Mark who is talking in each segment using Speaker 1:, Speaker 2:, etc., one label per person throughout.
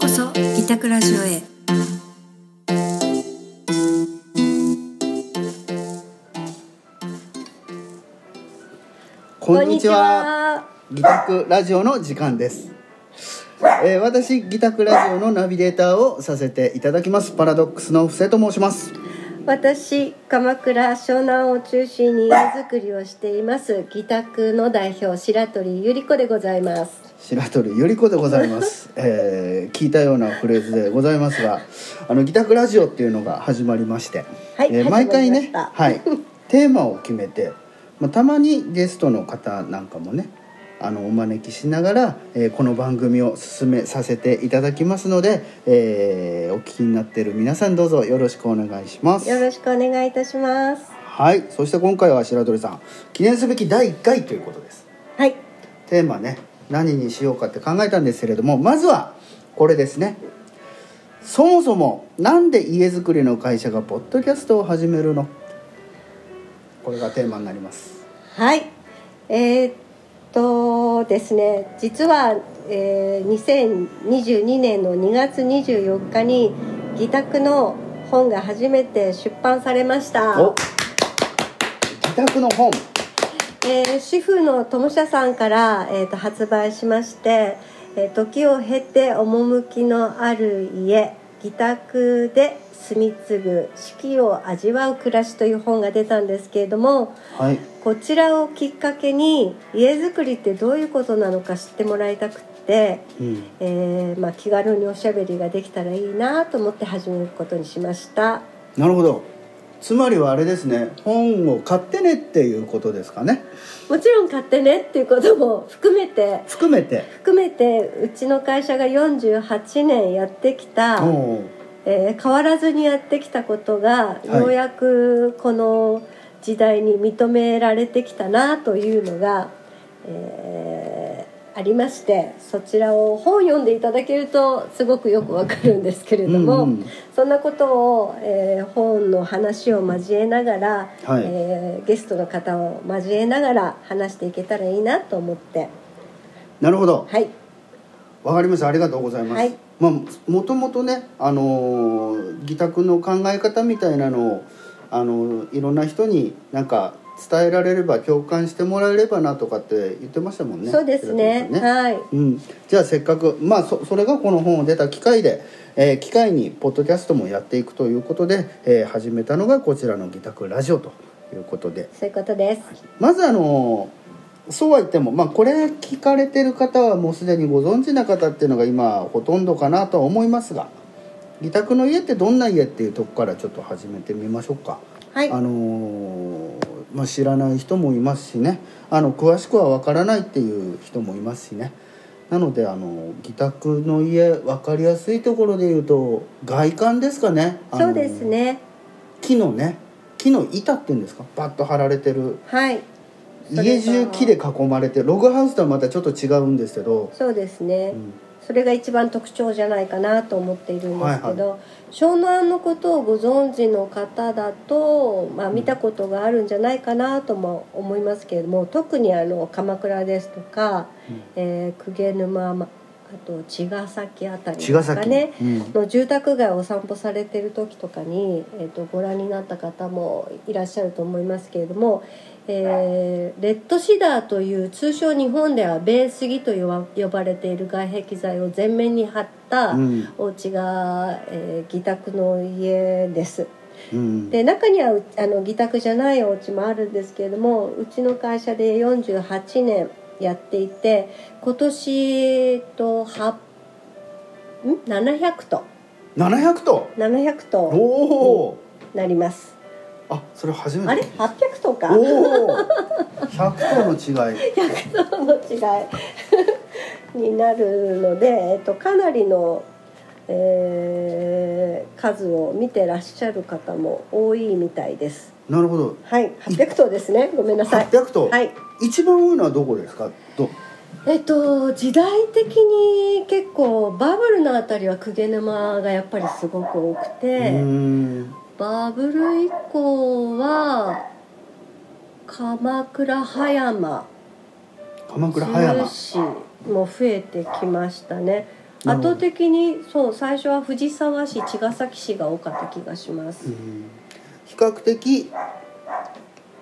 Speaker 1: 自宅ラジオへ
Speaker 2: こんにちは。ギタクラジオの時間です。えー、私ギタクラジオのナビゲーターをさせていただきますパラドックスの布施と申します。
Speaker 3: 私鎌倉湘南を中心に家作りをしていますギタクの代表白鳥ゆり子でございます
Speaker 2: 白鳥より子でござい ます、えー聞いたようなフレーズでございますがあのギタクラジオっていうのが始まりまして、
Speaker 3: はい
Speaker 2: えー毎回
Speaker 3: 始まり
Speaker 2: ね
Speaker 3: ました
Speaker 2: はい、テーマを決めて、まあ、たまにゲストの方なんかもねあのお招きしながら、えーこの番組を進めさせていただきますので、えーお聞きになっている皆さんどうぞよろしくお願いします
Speaker 3: よろしくお願いいたします
Speaker 2: はいそして今回は白鳥さん記念すべき第1回ということです
Speaker 3: はい
Speaker 2: テーマね何にしようかって考えたんですけれどもまずはこれですねそもそもなんで家づくりの会社がポッドキャストを始めるのこれがテーマになります
Speaker 3: はいえーっとですね実は、えー2022年の2月24日にギタクの本が初めて出版されました
Speaker 2: お自宅の本
Speaker 3: えー主婦の友社さんから、えー、と発売しまして、えー時を経て趣のある家自宅で住み継ぐ四季を味わう暮らしという本が出たんですけれども
Speaker 2: はい
Speaker 3: こちらをきっかけに家づくりってどういうことなのか知ってもらいたくって、
Speaker 2: うん
Speaker 3: えーまあ、気軽におしゃべりができたらいいなと思って始めることにしました
Speaker 2: なるほどつまりはあれですね本を買ってねっていうことですかね
Speaker 3: もちろん買ってねっていうことも含めて
Speaker 2: 含めて
Speaker 3: 含めてうちの会社が48年やってきた、
Speaker 2: おー
Speaker 3: えー変わらずにやってきたことが、
Speaker 2: い
Speaker 3: ようやくこの時代に認められてきたなというのが、えーありましてそちらを本読んでいただけるとすごくよくわかるんですけれども、
Speaker 2: うんうん
Speaker 3: そんなことを、えー本の話を交えながら、
Speaker 2: はい
Speaker 3: えーゲストの方を交えながら話していけたらいいなと思って
Speaker 2: なるほど
Speaker 3: はい。
Speaker 2: わかりましたありがとうございます、
Speaker 3: はい
Speaker 2: まあもともとねあのー議宅の考え方みたいなのをあのーいろんな人になんか伝えられれば共感してもらえればなとかって言ってましたもんね
Speaker 3: そうですね
Speaker 2: 寺田さん
Speaker 3: はい
Speaker 2: うん、じゃあせっかくまあそそれがこの本を出た機会で、えー機会にポッドキャストもやっていくということで、えー始めたのがこちらの「議宅ラジオ」ということで
Speaker 3: そういうことです
Speaker 2: まずあのそうは言っても、まあ、これ聞かれてる方はもうすでにご存知な方っていうのが今ほとんどかなとは思いますが自宅の家ってどんな家っていうとこからちょっと始めてみましょうか、
Speaker 3: はい
Speaker 2: あのーまあ、知らない人もいますしねあの詳しくは分からないっていう人もいますしねなのであの自宅の家分かりやすいところで言うと外観ですかねあのー
Speaker 3: そうですね
Speaker 2: 木のね木の板っていうんですかバッと張られてる
Speaker 3: はい
Speaker 2: 家中木で囲まれてログハウスとはまたちょっと違うんですけど、
Speaker 3: そうですね、
Speaker 2: うん
Speaker 3: それが一番特徴じゃないかなと思っているんですけど、
Speaker 2: はいは
Speaker 3: 湘南のことをご存知の方だと、まあ、見たことがあるんじゃないかなとも思いますけれども特にあの鎌倉ですとか、えー鵠沼まあと茅ヶ崎あたり
Speaker 2: 茅
Speaker 3: で
Speaker 2: ヶ
Speaker 3: すか
Speaker 2: 崎、
Speaker 3: ね、
Speaker 2: うん
Speaker 3: の住宅街をお散歩されてる時とかに、えー、とご覧になった方もいらっしゃると思いますけれども、えーレッドシダーという通称日本ではベースギと呼ば呼ばれている外壁材を全面に張った
Speaker 2: うん
Speaker 3: お家が、えー、義宅の家です。
Speaker 2: うん
Speaker 3: で中にはうあの義宅じゃないお家もあるんですけれどもうちの会社で48年やっていて今年えっとはん700と
Speaker 2: 700と
Speaker 3: 700
Speaker 2: お
Speaker 3: と
Speaker 2: お
Speaker 3: なります
Speaker 2: ーあそれ初めて
Speaker 3: あれ800とか
Speaker 2: おお100との違い
Speaker 3: 100と の違いになるので、えっと、かなりの、えー数を見てらっしゃる方も多いみたいです
Speaker 2: なるほど
Speaker 3: はい800頭ですねごめんなさい
Speaker 2: 800と、
Speaker 3: はい
Speaker 2: 一番多いのはどこですかど
Speaker 3: えっと時代的に結構バブルのあたりは鵠沼がやっぱりすごく多く
Speaker 2: う
Speaker 3: て、
Speaker 2: ーん
Speaker 3: バブル以降は鎌倉葉山
Speaker 2: 鎌倉葉
Speaker 3: 重
Speaker 2: 山
Speaker 3: 視も増えてきましたね
Speaker 2: なる
Speaker 3: 圧
Speaker 2: ほ
Speaker 3: 倒
Speaker 2: ど
Speaker 3: 的にそう最初は藤沢市茅ヶ崎市が多かった気がします、
Speaker 2: うん比較的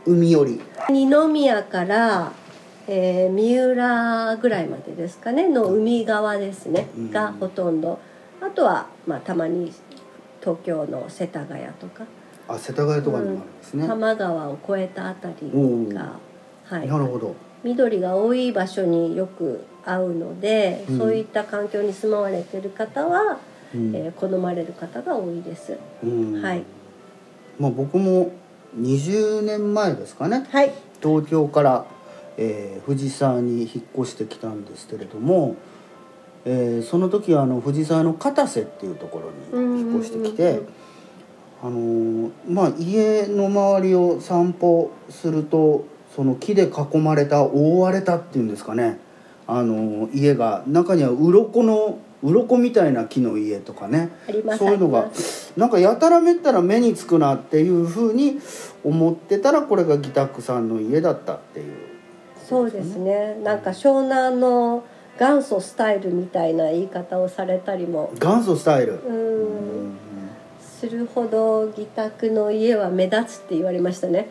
Speaker 2: 海より
Speaker 3: 二宮から、えー三浦ぐらいまでですかねの海側ですね、
Speaker 2: うん
Speaker 3: がほとんどあとは、まあ、たまに東京の世田谷とか
Speaker 2: あ世田谷とかにもあるんですね、
Speaker 3: 多摩川を越えたあたり
Speaker 2: おー
Speaker 3: が、はい、
Speaker 2: なるほど
Speaker 3: 緑が多い場所によく合うので、
Speaker 2: うん
Speaker 3: そういった環境に住まわれてる方は、
Speaker 2: うん
Speaker 3: えー好まれる方が多いです。
Speaker 2: うん
Speaker 3: はい
Speaker 2: まあ、僕も20年前ですかね
Speaker 3: はい、
Speaker 2: 東京から、えー藤沢に引っ越してきたんですけれども、えーその時はあの藤沢の片瀬っていうところに引っ越してきて、あのーまあ、家の周りを散歩するとその木で囲まれた覆われたっていうんですかね、あのー家が中には鱗の鱗みたいな木の家とかね
Speaker 3: あります
Speaker 2: そういうの
Speaker 3: あ
Speaker 2: が
Speaker 3: りま
Speaker 2: なんかやたらめったら目につくなっていうふうに思ってたらこれがギタックさんの家だったっていう
Speaker 3: そうですね。なんか湘南の元祖スタイルみたいな言い方をされたりも、
Speaker 2: 元祖スタイル、
Speaker 3: う
Speaker 2: うん
Speaker 3: ん、
Speaker 2: うん
Speaker 3: するほど自宅の家は目立つって言われましたね。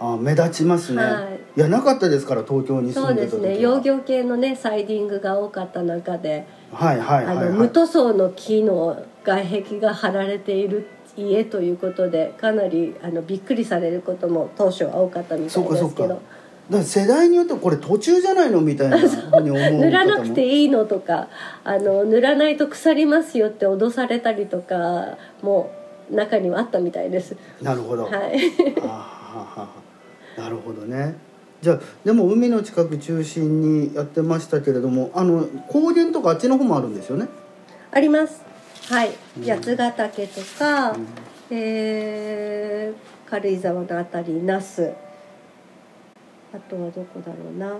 Speaker 2: あ目立ちますね、
Speaker 3: はい
Speaker 2: いやなかったですから東京に住
Speaker 3: そうん
Speaker 2: で
Speaker 3: で
Speaker 2: た時
Speaker 3: す
Speaker 2: は
Speaker 3: ね。洋業系のねサイディングが多かった中で、
Speaker 2: はいはいはい、はい、
Speaker 3: あの無塗装の木の外壁が張られている。家ということでかなりあのびっくりされることも当初は多かったみた
Speaker 2: そ
Speaker 3: いう
Speaker 2: か
Speaker 3: で
Speaker 2: そう
Speaker 3: す
Speaker 2: か
Speaker 3: け
Speaker 2: だか
Speaker 3: ど
Speaker 2: ら世代によってはこれ途中じゃないのみたいなふうに思う方も
Speaker 3: 塗らなくていいのとかあの塗らないと腐りますよって脅されたりとかも中にはあったみたいです
Speaker 2: なるほど、
Speaker 3: は
Speaker 2: あ
Speaker 3: い
Speaker 2: ーはあはあなるほどねじゃあでも海の近く中心にやってましたけれどもあの高原とかあっちの方もあるんですよね
Speaker 3: ありますはい
Speaker 2: うん
Speaker 3: 八ヶ岳とか、
Speaker 2: うん
Speaker 3: えー軽井沢のあたり那須あとはどこだろうな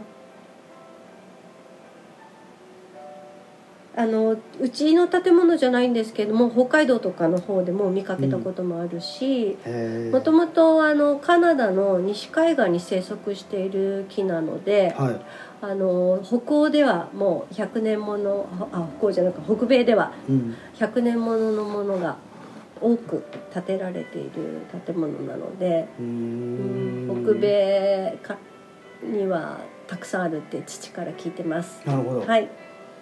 Speaker 3: あのうちの建物じゃないんですけども北海道とかの方でも見かけたこともあるし、
Speaker 2: へえ
Speaker 3: もともとあのカナダの西海岸に生息している木なので、
Speaker 2: はい
Speaker 3: あの北欧ではもう100年ものあ北欧じゃなく北米では
Speaker 2: うん
Speaker 3: 100年もののものが多く建てられている建物なので、
Speaker 2: うー
Speaker 3: うん
Speaker 2: ん
Speaker 3: 北米かにはたくさんあるって父から聞いてます。
Speaker 2: なるほど、
Speaker 3: はい、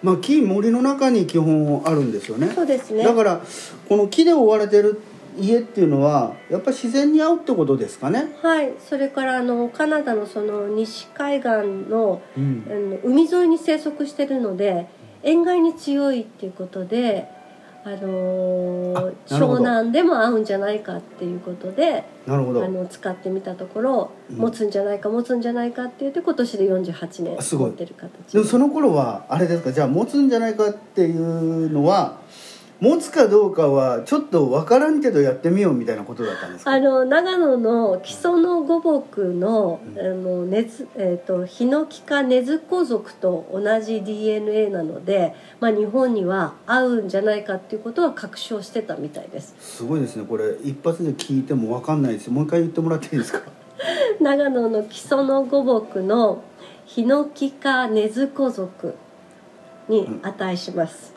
Speaker 2: まあ木森の中に基本あるんですよね
Speaker 3: そうですね。
Speaker 2: だからこの木で覆われてる家っていうのはやっぱり自然に合うってことですかね、
Speaker 3: はい、それからあのカナダのその西海岸の
Speaker 2: うん
Speaker 3: あの海沿いに生息してるので塩害に強いっていうことで、あのー
Speaker 2: あなるほど
Speaker 3: 湘南でも合うんじゃないかっていうことで
Speaker 2: なるほ
Speaker 3: あ
Speaker 2: ど
Speaker 3: の使ってみたところ、
Speaker 2: うん
Speaker 3: 持つんじゃないか持つんじゃないかって言って今年で48
Speaker 2: あすご
Speaker 3: 年持っ
Speaker 2: い
Speaker 3: てる形
Speaker 2: でもその頃はあれですかじゃあ持つんじゃないかっていうのは持つかどうかはちょっと分からんけどやってみようみたいなことだったんですか
Speaker 3: あの長野の木曽の五木の,、
Speaker 2: うん
Speaker 3: あの根ずえー、とヒノキ科ネズコ属と同じ DNA なので、まあ、日本には合うんじゃないかっていうことは確証してたみたいです。
Speaker 2: すごいですねこれ一発で聞いても分かんないですもう一回言ってもらっていいですか
Speaker 3: 長野の木曽の五木のヒノキ科ネズコ属に値します、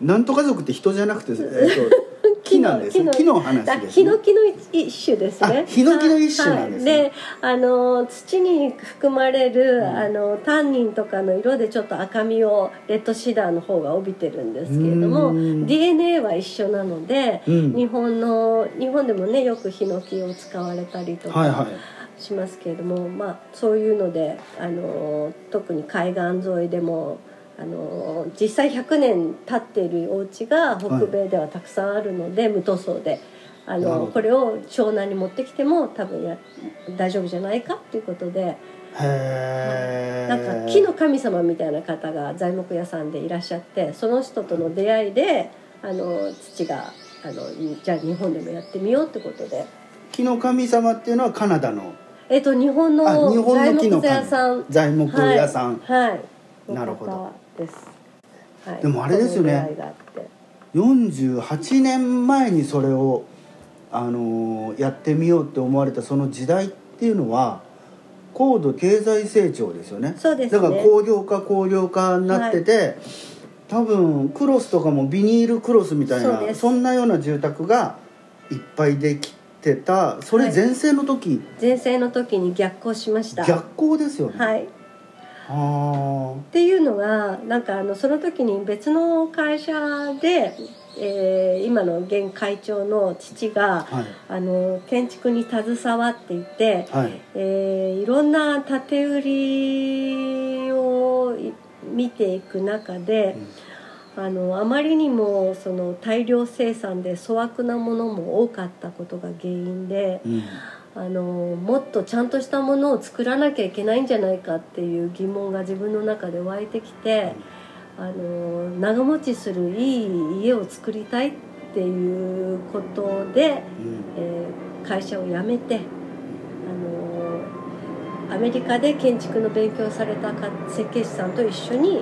Speaker 2: なんとか族って人じゃなくて、えっ と、木なんですね木の話
Speaker 3: あ
Speaker 2: です、ね、
Speaker 3: ヒノキの一種です
Speaker 2: あ
Speaker 3: ね
Speaker 2: ヒノキの一種なんですね
Speaker 3: はいはいあの土に含まれる、
Speaker 2: うん
Speaker 3: あのタンニンとかの色でちょっと赤みをレッドシダーの方が帯びてるんですけれど
Speaker 2: うーん
Speaker 3: も DNA は一緒なので、
Speaker 2: うん
Speaker 3: 日本の日本でもねよくヒノキを使われたりとか、
Speaker 2: はいはい
Speaker 3: しますけれども、まあ、そういうのであの特に海岸沿いでもあの実際100年経っているお家が北米ではたくさんあるので、無塗装であ
Speaker 2: なるほ
Speaker 3: の
Speaker 2: ど
Speaker 3: これを湘南に持ってきても多分や大丈夫じゃないかっていうことで
Speaker 2: へえ
Speaker 3: なんか木の神様みたいな方が材木屋さんでいらっしゃってその人との出会いであの土があのじゃあ日本でもやってみようってことで。
Speaker 2: 木の神様っていうのはカナダの
Speaker 3: えっと、日本の
Speaker 2: あ日本
Speaker 3: 材
Speaker 2: の木の
Speaker 3: 木
Speaker 2: 神
Speaker 3: 屋さん
Speaker 2: 材木屋さん、
Speaker 3: はい、はい、
Speaker 2: なるほど
Speaker 3: お方です、はい
Speaker 2: でもあれですよね
Speaker 3: この出会いがあって
Speaker 2: 48年前にそれを、あのーやってみようって思われたその時代っていうのは高度経済成長ですよね
Speaker 3: そうですね
Speaker 2: だから工業化工業化になってて、多分クロスとかもビニールクロスみたい
Speaker 3: そう
Speaker 2: な
Speaker 3: で
Speaker 2: そ
Speaker 3: す
Speaker 2: んなような住宅がいっぱいできてたそれ全盛の時、
Speaker 3: 前世の時に逆行しました
Speaker 2: 逆光ですよね、
Speaker 3: はいっ
Speaker 2: あ
Speaker 3: ていうのがなんかあのその時に別の会社で、えー今の現会長の父が
Speaker 2: あはい
Speaker 3: あの建築に携わっていて、
Speaker 2: はい
Speaker 3: えーいろんな建て売りをい見ていく中で、あのあまりにもその大量生産で粗悪なものも多かったことが原因で
Speaker 2: うん
Speaker 3: あのもっとちゃんとしたものを作らなきゃいけないんじゃないかっていう疑問が自分の中で湧いてきてあの長持ちするいい家を作りたいっていうことで。
Speaker 2: うん
Speaker 3: えー会社を辞めて、あのーアメリカで建築の勉強をされたか設計士さんと一緒に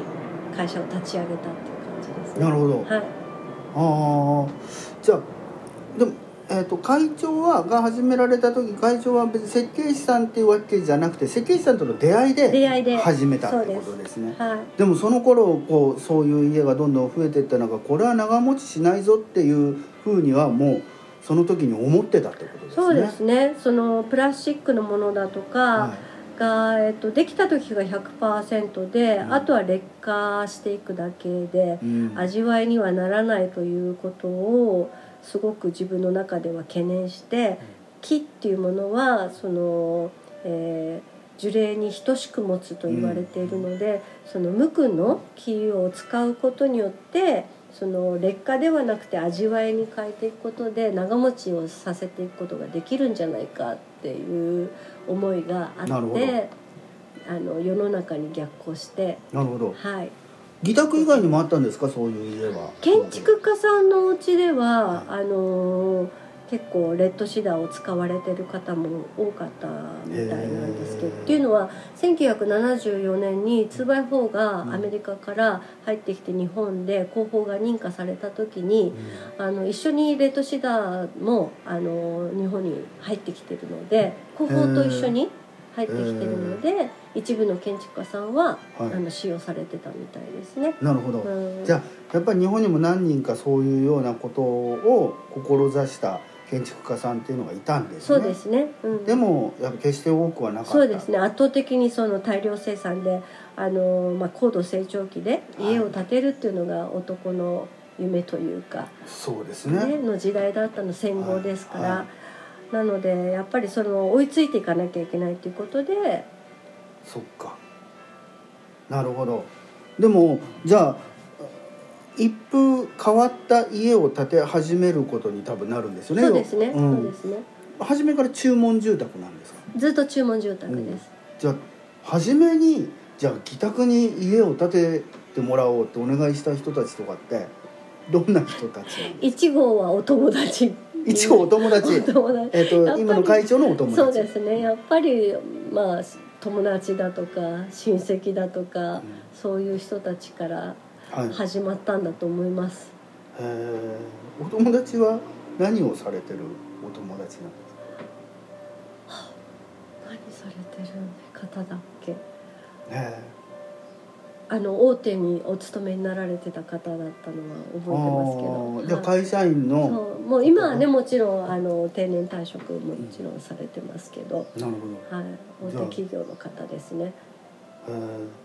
Speaker 3: 会社を立ち上げたっていう感じですね。
Speaker 2: なる
Speaker 3: ほ
Speaker 2: ほど、
Speaker 3: はい、
Speaker 2: ああじゃあでも、えー、と会長はが始められた時会長は別に設計士さんっていうわけじゃなくて設計士さんとの出会いで
Speaker 3: 出会いで
Speaker 2: 始めた
Speaker 3: そう
Speaker 2: って
Speaker 3: で
Speaker 2: こ
Speaker 3: す
Speaker 2: とですね
Speaker 3: はい
Speaker 2: でもその頃こうそういう家がどんどん増えていった中これは長持ちしないぞっていうふうにはもうその時に思ってたってことですね
Speaker 3: そうですねそのプラスチックのものだと
Speaker 2: は
Speaker 3: かが、えっと、できた時が100%で、
Speaker 2: うん
Speaker 3: あとは劣化していくだけで
Speaker 2: い、うん、
Speaker 3: 味わいにはならないということをすごく自分の中では懸念して木っていうものはその、えー樹齢に等しく持つと言われているので、その無垢の木を使うことによってその劣化ではなくて味わいに変えていくことで長持ちをさせていくことができるんじゃないかっていう思いがあ
Speaker 2: なる
Speaker 3: っ
Speaker 2: ほ
Speaker 3: て
Speaker 2: ど
Speaker 3: あの世の中に逆行して
Speaker 2: なるほど
Speaker 3: はい。
Speaker 2: 自宅以外にもあったんですかそういう家は
Speaker 3: 建築家さんのお家では、あのー結構レッドシダーを使われてる方も多かったみたいなんですけど、
Speaker 2: へー
Speaker 3: っていうのは1974年に 2x4 が
Speaker 2: うん
Speaker 3: アメリカから入ってきて日本で工法が認可された時に
Speaker 2: う
Speaker 3: あの一緒にレッドシダーも、あのー日本に入ってきてるので工法と一緒に入ってきてるので一部の建築家さんは、
Speaker 2: はい
Speaker 3: あの使用されてたみたいですね。
Speaker 2: んなるほど、
Speaker 3: うん
Speaker 2: じゃあやっぱり日本にも何人かそういうようなことを志した建築家さんっていうのがいたんです
Speaker 3: そ
Speaker 2: ね
Speaker 3: うですね、うん、
Speaker 2: でもやっぱ決して多くはなかった
Speaker 3: そうですね圧倒的にその大量生産であの、まあ、高度成長期で
Speaker 2: はい
Speaker 3: 家を建てるっていうのが男の夢というか、
Speaker 2: そうです
Speaker 3: ね
Speaker 2: ね
Speaker 3: の時代だったの戦後ですから、
Speaker 2: は
Speaker 3: なのでやっぱりその追いついていかなきゃいけないということで
Speaker 2: そっかなるほどでもじゃあ一風変わった家を建て始めることに多分なるんですよね
Speaker 3: そうですね、
Speaker 2: ん
Speaker 3: そうですね
Speaker 2: 初めから注文住宅なんですか
Speaker 3: ずっと注文住宅です、
Speaker 2: じゃあ初めにじゃあ自宅に家を建ててもらおうってお願いした人たちとかってどんな人たちなんで
Speaker 3: 一号はお友達
Speaker 2: す一応お友 達
Speaker 3: お友達
Speaker 2: えっ
Speaker 3: やっぱ
Speaker 2: と
Speaker 3: り
Speaker 2: 今の会長のお友達
Speaker 3: そうですねやっぱりまあ友達だとか親戚だとか、
Speaker 2: ん
Speaker 3: そういう人たちから
Speaker 2: はい、へ
Speaker 3: 始まったんだと思います、
Speaker 2: えお友達は何をされてるお友達なんですか
Speaker 3: 何されてる方だっけ
Speaker 2: ね
Speaker 3: あの大手にお勤めになられてた方だったのは覚
Speaker 2: え
Speaker 3: えてますけど
Speaker 2: じゃあ
Speaker 3: はい
Speaker 2: 会社員の
Speaker 3: そうもう今はねもちろんあの定年退職ももちろんされてますけど、
Speaker 2: なるほ
Speaker 3: はい、大
Speaker 2: じゃあ
Speaker 3: 手企業の方ですね
Speaker 2: ど、へえ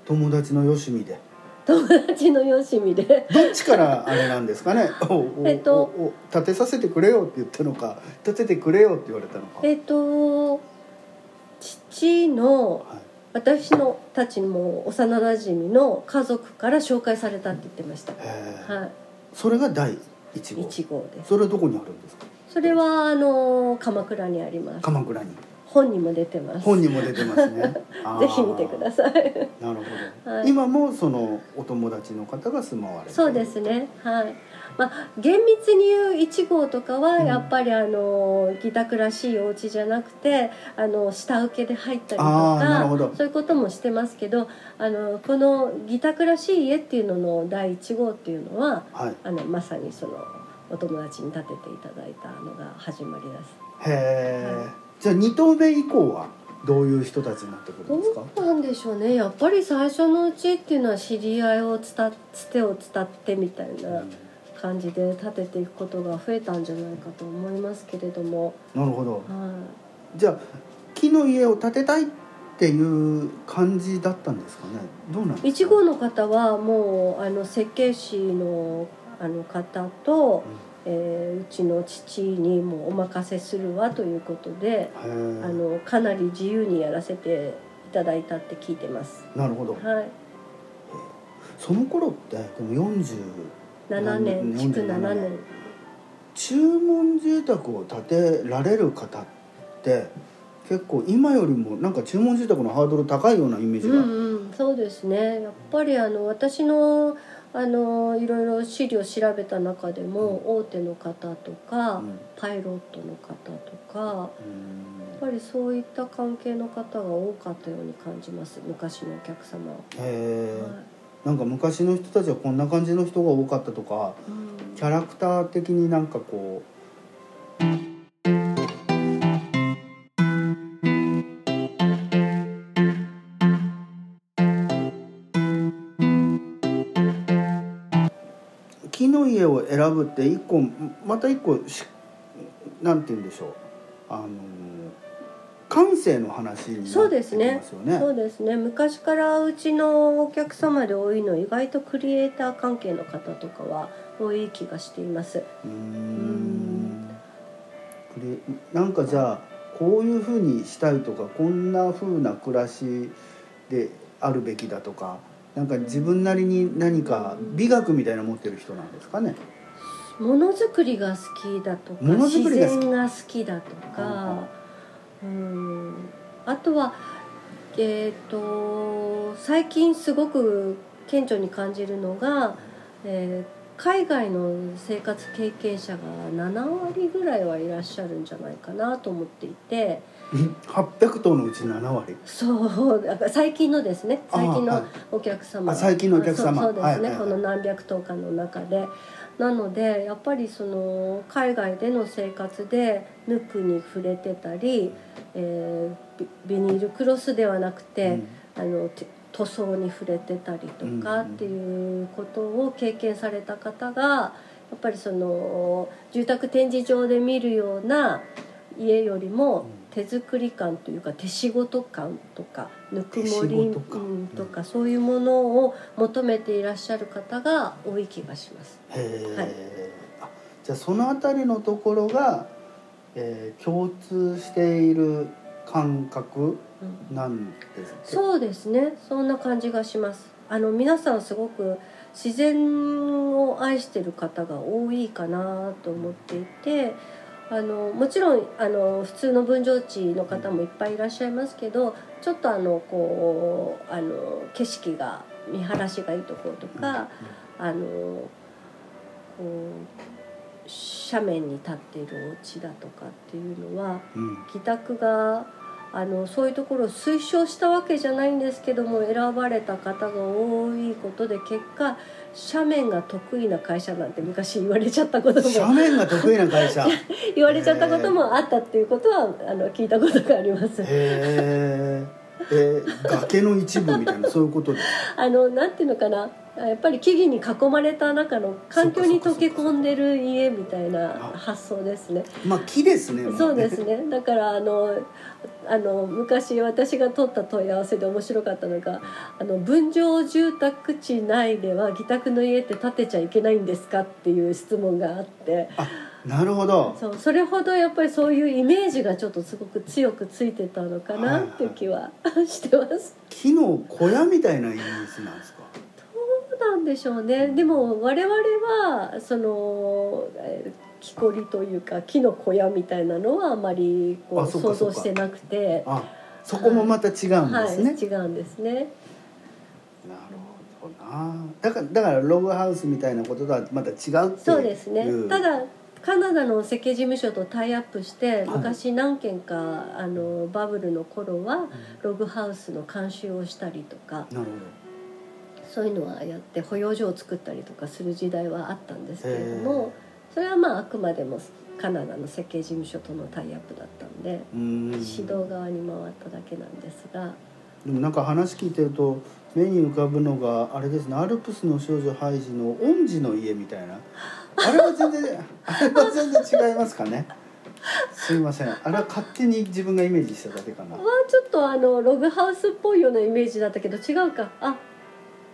Speaker 2: 友達のよしみで
Speaker 3: 友達のよしみで
Speaker 2: どっちからあれなんですかねおお
Speaker 3: えっと
Speaker 2: おお立てさせてくれよって言ったのか立ててくれよって言われたのか
Speaker 3: えっと父の
Speaker 2: はい
Speaker 3: 私のたちも幼なじみの家族から紹介されたって言ってました、
Speaker 2: へえ
Speaker 3: はい
Speaker 2: それが第一号
Speaker 3: 1号です
Speaker 2: それはどこにあるんですか
Speaker 3: それはあの鎌倉にあります
Speaker 2: 鎌倉に
Speaker 3: 本にも出てます
Speaker 2: 本
Speaker 3: ぜ
Speaker 2: にも出てますねぜ
Speaker 3: ひ見てくだ
Speaker 2: さ
Speaker 3: さい
Speaker 2: いなるほど、
Speaker 3: はい
Speaker 2: 今もそのお友達の方が住まわれてる
Speaker 3: そうですねはいまあ厳密に言う1号とかは
Speaker 2: うん
Speaker 3: やっぱりあの自宅らしいお家じゃなくてあの下請けで入ったりと
Speaker 2: あーなるほ
Speaker 3: か
Speaker 2: ど
Speaker 3: そういうこともしてますけどあのこの自宅らしい家っていうのの第1号っていうのは
Speaker 2: はい
Speaker 3: あのまさにそのお友達に建てていただいたのが始まりです
Speaker 2: へえ、
Speaker 3: はい
Speaker 2: じゃあ二棟目以降はどういう人たちになってくる
Speaker 3: ど
Speaker 2: んですか
Speaker 3: うなんでしょうねやっぱり最初のうちっていうのは知り合いを伝っつてを伝ってみたいな感じで立てていくことが増えたんじゃないかと思いますけれども、
Speaker 2: なるほど
Speaker 3: は
Speaker 2: じゃあ木の家を建てたいっていう感じだったんですかねどうなん
Speaker 3: い、
Speaker 2: で
Speaker 3: 1
Speaker 2: すか
Speaker 3: 号の方はもうあの設計士のあの方と、えーうちの父にもうお任せするわということで、
Speaker 2: うんへ
Speaker 3: あ
Speaker 2: ー
Speaker 3: のかなり自由にやらせていただいたって聞いてます。
Speaker 2: なるほど
Speaker 3: はい
Speaker 2: その頃ってでも40
Speaker 3: 7年築
Speaker 2: 47
Speaker 3: 7年
Speaker 2: 注文住宅を建てられる方って結構今よりもなんか注文住宅のハードル高いようなイメージ
Speaker 3: う
Speaker 2: が、
Speaker 3: んうん、そうですねやっぱりあの私のあのいろいろ資料調べた中でも、大手の方とか、
Speaker 2: うん
Speaker 3: パイロットの方とか
Speaker 2: うん
Speaker 3: やっぱりそういった関係の方が多かったように感じます昔のお客様は、
Speaker 2: へえ、
Speaker 3: はい
Speaker 2: なんか昔の人たちはこんな感じの人が多かったとか
Speaker 3: うん
Speaker 2: キャラクター的になんかこう木の家を選ぶって一個また一個しなんて言うんでしょうあの感性の話になってき
Speaker 3: そうですね
Speaker 2: ますよね。
Speaker 3: そうですね昔からうちのお客様で多いの意外とクリエイター関係の方とかは多い気がしています
Speaker 2: うーんクリなんかじゃあこういうふうにしたいとかこんなふうな暮らしであるべきだとかなんか自分なりに何か美学みたいなの持ってる人なんですかね。
Speaker 3: ものづくりが好きだとか
Speaker 2: ものづ
Speaker 3: 自
Speaker 2: くりが好き
Speaker 3: 然が好きだとか、うん、あとはえっ、と最近すごく顕著に感じるのが、えー海外の生活経験者が7割ぐらいはいらっしゃるんじゃないかなと思っていて
Speaker 2: 800頭のうち7割。
Speaker 3: そうだから最近のですね
Speaker 2: あー
Speaker 3: 最近の
Speaker 2: はい
Speaker 3: お客様
Speaker 2: あ最近のお客様
Speaker 3: そうそうですね、
Speaker 2: はいはいはい
Speaker 3: この何百頭かの中でなのでやっぱりその海外での生活でヌクに触れてたり、えービビニールクロスではなくて、あのて塗装に触れてたりと
Speaker 2: うんうん
Speaker 3: かっていうことを経験された方がやっぱりその住宅展示場で見るような家よりも手作り感というか手仕事感とかぬくもり
Speaker 2: 手仕事感
Speaker 3: うんとかそういうものを求めていらっしゃる方が多い気がします。
Speaker 2: へえ、
Speaker 3: はい
Speaker 2: あじゃあそのあたりのところが、えー共通している感覚
Speaker 3: うん
Speaker 2: なんですって
Speaker 3: そうですねそんな感じがしますあの皆さんすごく自然を愛してる方が多いかなと思っていてあのもちろんあの普通の分譲地の方もいっぱいいらっしゃいますけどちょっとあのこうあの景色が見晴らしがいいところとか、あのこう斜面に立っているお家だとかっていうのは
Speaker 2: うん
Speaker 3: 議宅があのそういうところを推奨したわけじゃないんですけども選ばれた方が多いことで結果斜面が得意な会社なんて昔言われちゃったことも
Speaker 2: 斜面が得意な会社へ
Speaker 3: 言われちゃったこともあったっていうことはあの聞いたことがあります。
Speaker 2: ええ崖の一部みたいなそういうこ とです
Speaker 3: あのなんていうのかなやっぱり木々に囲まれた中の環境に溶け込んでる家みたいな発想ですね。
Speaker 2: まあ木ですねもね
Speaker 3: そうですねだからあのあの昔私が取った問い合わせで面白かったのが「あの分譲住宅地内では自宅の家って建てちゃいけないんですか?」っていう質問があって
Speaker 2: あなるほど
Speaker 3: そうそれほどやっぱりそういうイメージがちょっとすごく強くついてたのかなっていう気はしてます。
Speaker 2: 木の小屋みたいなイメージなんですか
Speaker 3: どうなんでしょうねでも我々はそのえー木こりというか木の小屋みたいなのはあまりこ
Speaker 2: あ
Speaker 3: う
Speaker 2: そうか
Speaker 3: 想
Speaker 2: そう
Speaker 3: 像
Speaker 2: か
Speaker 3: してなくて。
Speaker 2: あそこもまた違うんですね、
Speaker 3: はい、違うんですね。
Speaker 2: なるほどなだからだからログハウスみたいなこととはまた違うっていう
Speaker 3: そうですね。
Speaker 2: いう
Speaker 3: ただカナダの設計事務所とタイアップして、
Speaker 2: い
Speaker 3: 昔何件かあのバブルの頃はログハウスの監修をしたりとか、
Speaker 2: なるほど
Speaker 3: そういうのはやって保養所を作ったりとかする時代はあったんですけれども、それはまああくまでもカナダの設計事務所とのタイアップだったんで、
Speaker 2: うん
Speaker 3: 指導側に回っただけなんですが
Speaker 2: でもなんか話聞いてると目に浮かぶのがあれですね「アルプスの少女ハイジ」の恩師の家みたいなあれは全然あれは全然違いますかねすいませんあれは勝手に自分がイメージしただけかな
Speaker 3: まあちょっとあのログハウスっぽいようなイメージだったけど違うかあ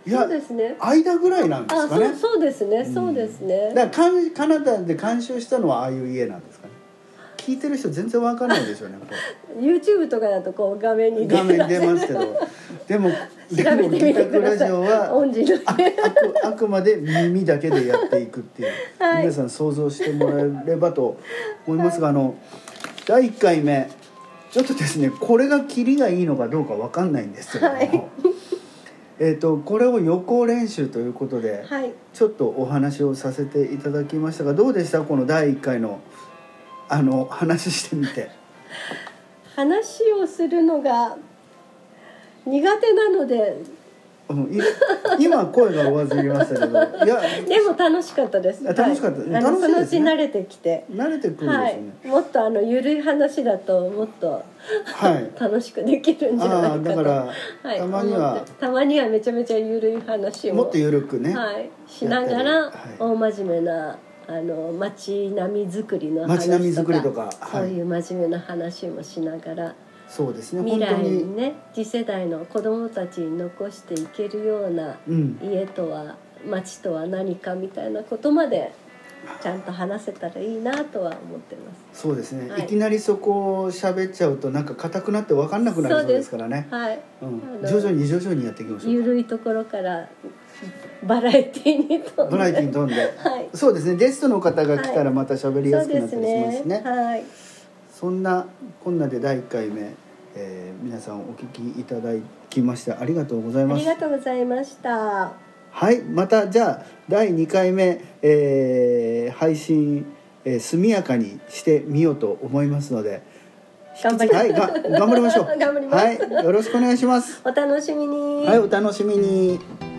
Speaker 2: い
Speaker 3: そ
Speaker 2: や
Speaker 3: うですね
Speaker 2: 間ぐらいなんで
Speaker 3: あ
Speaker 2: すか
Speaker 3: そう
Speaker 2: ね
Speaker 3: そうですね、
Speaker 2: うん
Speaker 3: そうですね
Speaker 2: だからかんカナダで監修したのはああいう家なんですかね聞いてる人全然わかんないですよねこれ
Speaker 3: YouTube とかだとこう画面に出
Speaker 2: 画面出
Speaker 3: て
Speaker 2: ますけどでもで
Speaker 3: 調べ
Speaker 2: も
Speaker 3: てみてくだ
Speaker 2: ラジ
Speaker 3: さい
Speaker 2: オは
Speaker 3: 音痴の
Speaker 2: ああくあくまで耳だけでやっていくっていう、
Speaker 3: はい
Speaker 2: 皆さん想像してもらえればと思いますが、あの第1回目ちょっとですねこれがキリがいいのかどうかわかんないんですけれども、 えっとこれを予行練習ということで、
Speaker 3: はい
Speaker 2: ちょっとお話をさせていただきましたがどうでしたこの第1回のあの話してみて。
Speaker 3: 話をするのが苦手なので
Speaker 2: うん、い今声が上ずりましたけどいや
Speaker 3: でも楽しかったです
Speaker 2: あ楽しかった
Speaker 3: はい、あの
Speaker 2: 楽しいですね
Speaker 3: そのうち慣れてきて
Speaker 2: 慣れてくるん
Speaker 3: は
Speaker 2: で
Speaker 3: い
Speaker 2: すね。、
Speaker 3: もっとあの緩い話だともっと
Speaker 2: はい
Speaker 3: 楽しくできるんじゃない
Speaker 2: あ
Speaker 3: か
Speaker 2: あ
Speaker 3: と
Speaker 2: だから、
Speaker 3: はい、
Speaker 2: たまに
Speaker 3: 思
Speaker 2: は
Speaker 3: ってたまにはめちゃめちゃ緩い話を
Speaker 2: もっと緩くね、
Speaker 3: はい、しながら
Speaker 2: やったりはい
Speaker 3: 大真面目なあの街並みづくりの話とか
Speaker 2: 街並み作りとか、は
Speaker 3: そう
Speaker 2: い、
Speaker 3: いう真面目な話もしながら
Speaker 2: そうですね
Speaker 3: 未
Speaker 2: 本当
Speaker 3: 来に
Speaker 2: に、
Speaker 3: ね次世代の子供たちに残していけるような
Speaker 2: うん、
Speaker 3: 家とは街とは何かみたいなことまでちゃんと話せたらいいなとは思ってます。
Speaker 2: そうですね、
Speaker 3: はい
Speaker 2: い、きなりそこを喋っちゃうとなんか硬くなって分かんなくなりそうですからね
Speaker 3: はい、
Speaker 2: う
Speaker 3: あ
Speaker 2: ん、
Speaker 3: の
Speaker 2: 徐々に徐々にやっていきましょう
Speaker 3: ゆるいところからバラエティにと
Speaker 2: バラエティに飛んで、
Speaker 3: はい
Speaker 2: そうですねゲストの方が来たらまた喋りや
Speaker 3: そう
Speaker 2: すくな
Speaker 3: で
Speaker 2: った
Speaker 3: す
Speaker 2: りします
Speaker 3: ね
Speaker 2: ね,、
Speaker 3: はい
Speaker 2: そんなこんなで第1回目、えー皆さんお聞きいただきましてありがとうござい
Speaker 3: あ
Speaker 2: ま
Speaker 3: り
Speaker 2: す
Speaker 3: がとうございました
Speaker 2: はいまたじゃあ第2回目、えー配信、えー速やかにしてみようと思いますので
Speaker 3: 頑張ります
Speaker 2: はい、が頑張りましょう
Speaker 3: 頑張ります
Speaker 2: はいよろしくお願いします
Speaker 3: お楽しみに
Speaker 2: はいお楽しみに